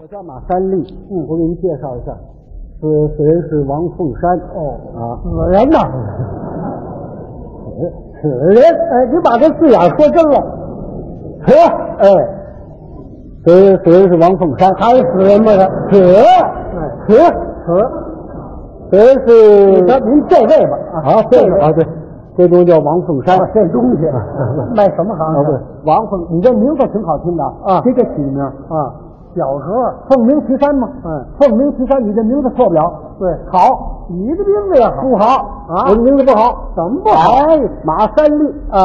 我叫马三立，嗯，我给您介绍一下，此此人是王凤山。哦啊，死人呐！ 此人哎，你把这字眼说真了，呵，哎，此人此人是王凤山，还死人哎吗？此此死，此人是您您这位吧啊，这个啊，对，这东西叫王凤山啊，这东西卖什么行啊，不是业？王凤，你这名字挺好听的啊谁给起的名儿？啊，小时候凤鸣岐山嘛，嗯，凤鸣岐山，你这名字错不了，对，好，你的名字也好不好啊我的名字不好，怎么不好哎，马三立，啊？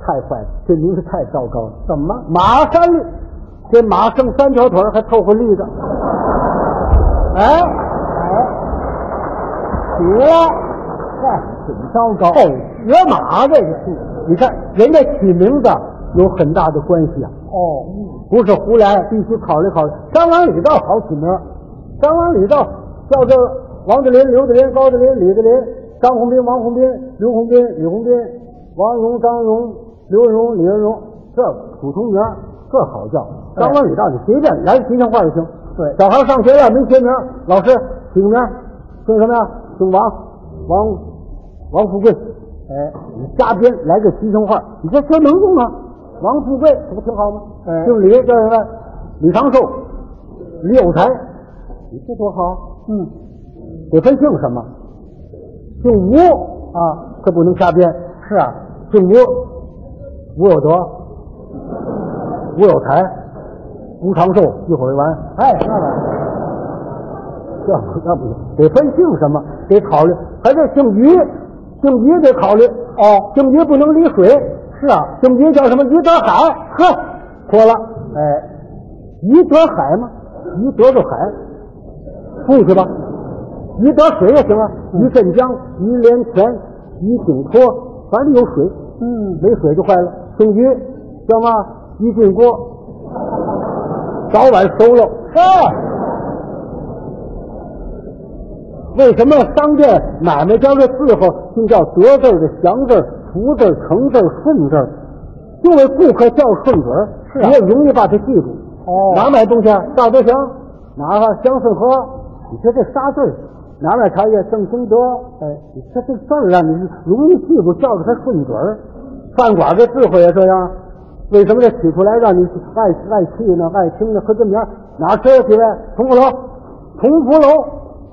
太坏了，这名字太糟糕了。怎么？马三立，这马剩三条腿儿还凑合立着。哎 哎，死了，哎，挺糟糕。哦，学马这个你看人家起名字有很大的关系啊，哦，不是胡来，必须考虑考虑。张王李道好起名儿，张王李道叫这王德林、刘德林、高德林、李德林、张宏斌、王宏斌、刘宏斌、李宏斌、王荣、张荣、刘荣、李文荣，这普通名儿这好叫。张王李道你随便来吉祥话就行。对小孩上学了没学名儿，老师起个名儿，姓什么呀？姓王，王王富贵。哎你瞎编来个吉祥话，你这说能用啊？王富贵，这不挺好吗？哎姓李叫什么？李长寿，李有才，你这多好！嗯得分姓什么？姓吴，啊，这不能瞎编。是啊，姓吴，吴有德，吴有才，吴长寿，一会儿完。哎，那玩意儿这不那不行， 得分姓什么，得考虑。还是姓于，姓于得考虑。哦，姓于不能离水。是啊，姓于叫什么？于德海。呵，错了，哎，于德海吗？于德就海，不是吧？于德水也行啊，于镇江、于连泉、于景坡，反正有水，嗯，没水就坏了。姓于，叫嘛？于俊郭，早晚熟喽。嘿。为什么商店买卖交这伺候竟叫得字儿的祥字儿、福字儿、成字儿、顺字儿？因为顾客叫顺嘴儿，是啊你也容易把它记住。哦哪买东西啊？大德祥，哪个祥顺和？你说这仨字儿，哪买茶叶？正兴德。哎，你说这字儿啊，你容易记住，叫着它顺嘴儿。饭馆这智慧也这样，为什么这取出来让你爱爱气呢？爱听呢？和这名儿哪知道几位？同福楼，同福楼。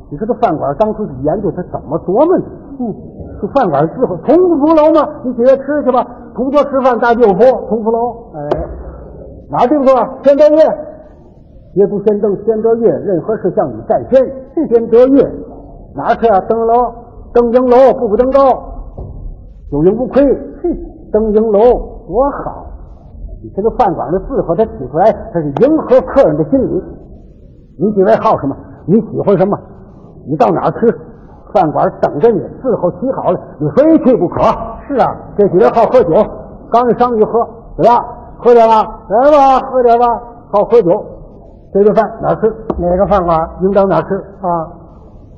你说这饭馆当初研究他怎么琢磨的？嗯，这饭馆智慧，同福楼嘛，你起来吃去吧。同桌吃饭，大舅夫，同福楼。哎，哪地方啊说先得月？耶稣先登先得月，任何事向你在先，先得月。哪去啊？登楼，登营楼，步步登高，有盈无亏。嘿，登营楼多好！你看这饭馆的字和它取出来，它是迎合客人的心理。你几位好什么？你喜欢什么？你到哪儿吃？饭馆等着你，伺候起好了，你非去不可。是啊，这几位好喝酒，刚一商一喝，怎么样？喝点吧，来吧，喝点吧，好喝酒。这顿饭哪儿吃？哪个饭馆？应当哪儿吃？啊，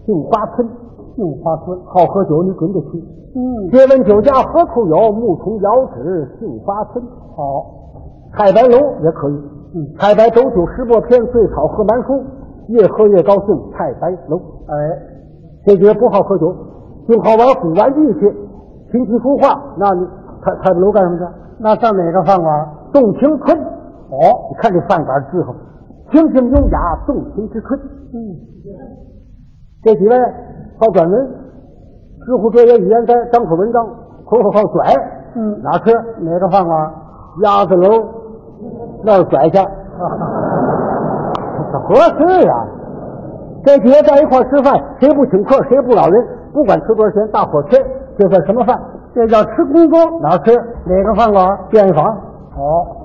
杏花村，杏花村。好喝酒，你准得去。嗯，借问酒家何处有？牧童遥指杏花村。好。太白楼也可以。嗯，太白斗酒诗墨篇，醉草喝蛮书，越喝越高兴。太白楼，哎，这几位不好喝酒，净好玩古玩艺去，琴棋书画，那你太太白楼干什么去？那上哪个饭馆？洞庭春。哦，你看这饭馆伺候，清静优雅，动情之春。嗯，这几位好转文，知乎卓也语言哉，张口文章，口口好甩。嗯哪吃？哪个饭馆？鸭子楼那儿甩去， 合适啊！这几位在一块儿吃饭，谁不请客，谁不老人，不管吃多少钱，大伙儿吃，这算什么饭？这叫吃公公。哪儿啊吃？哪个饭馆？便宜坊，哦好。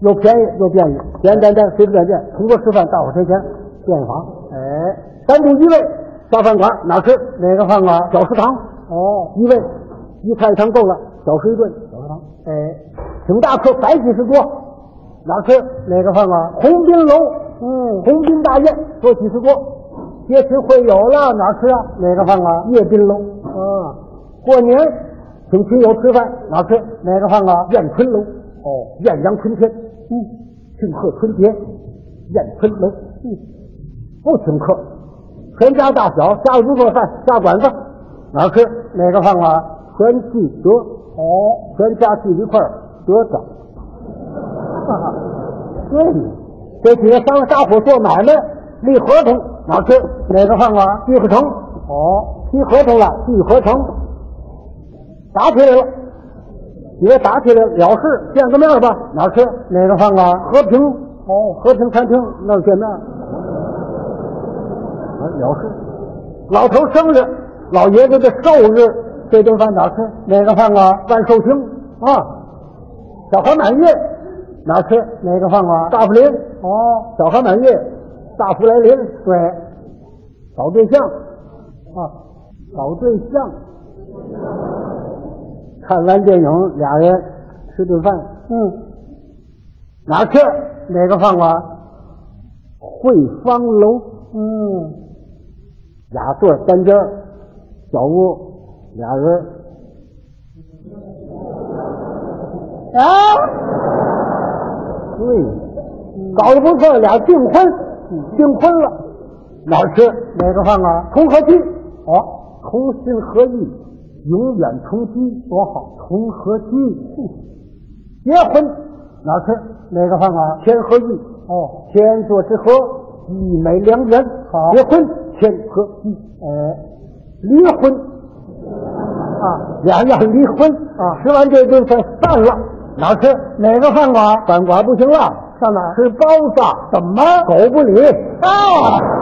又便宜又便宜，简简单单，随随便便，同桌吃饭，大伙儿贴钱，便宜坊。哎，单独一位到饭馆哪儿吃？哪个饭馆？小食堂哦，一位，一菜一汤够了，小吃一顿。小食堂哎，挺大客，百几十桌，哪儿吃？哪个饭馆？鸿宾楼，嗯，鸿宾大宴，坐几十桌，街吃会友了，哪儿吃啊？哪个饭馆？夜宾楼。嗯，过年请亲友吃饭，哪儿吃？哪个饭馆？艳春楼，哦，艳阳春天，嗯，庆贺春节，宴喷门，嗯，不请客，全家大小下屋做饭，下馆子，哪儿吃哪个饭馆？全聚德，哦，全家聚一块儿得着。对，这几个商家伙做买卖，立合同哪儿吃？哪个饭馆？聚合成，哦，批合同了，聚合成，打起来了，几个打起来了了事，见个面吧，哪儿吃？哪个饭馆？和平哦，和平餐厅那儿见面，啊啊了事。老头生日，老爷子的寿日，这顿饭哪儿吃？哪个饭馆？万寿星啊，小孩满月哪儿吃？哪个饭馆？大福林，哦，小孩满月，大福来临，对，搞对象，啊，搞对象。看完电影，俩人吃顿饭，嗯，哪儿吃？哪个饭馆？汇芳楼。嗯，俩座儿单间儿小屋，俩人儿啊，对，嗯搞得不错，俩订婚，订婚了，哪儿吃？哪个饭馆？同和居，哦，同心合意，永远同居，多好！同和居，结婚哪儿吃？哪个饭馆？天和地，哦，天作之合，一美良缘。好结婚天和地，哎，离婚啊，俩要离婚啊吃完这顿饭散了，哪儿吃？哪个饭馆？饭馆不行了，上哪儿？吃包子，怎么？狗不理。啊！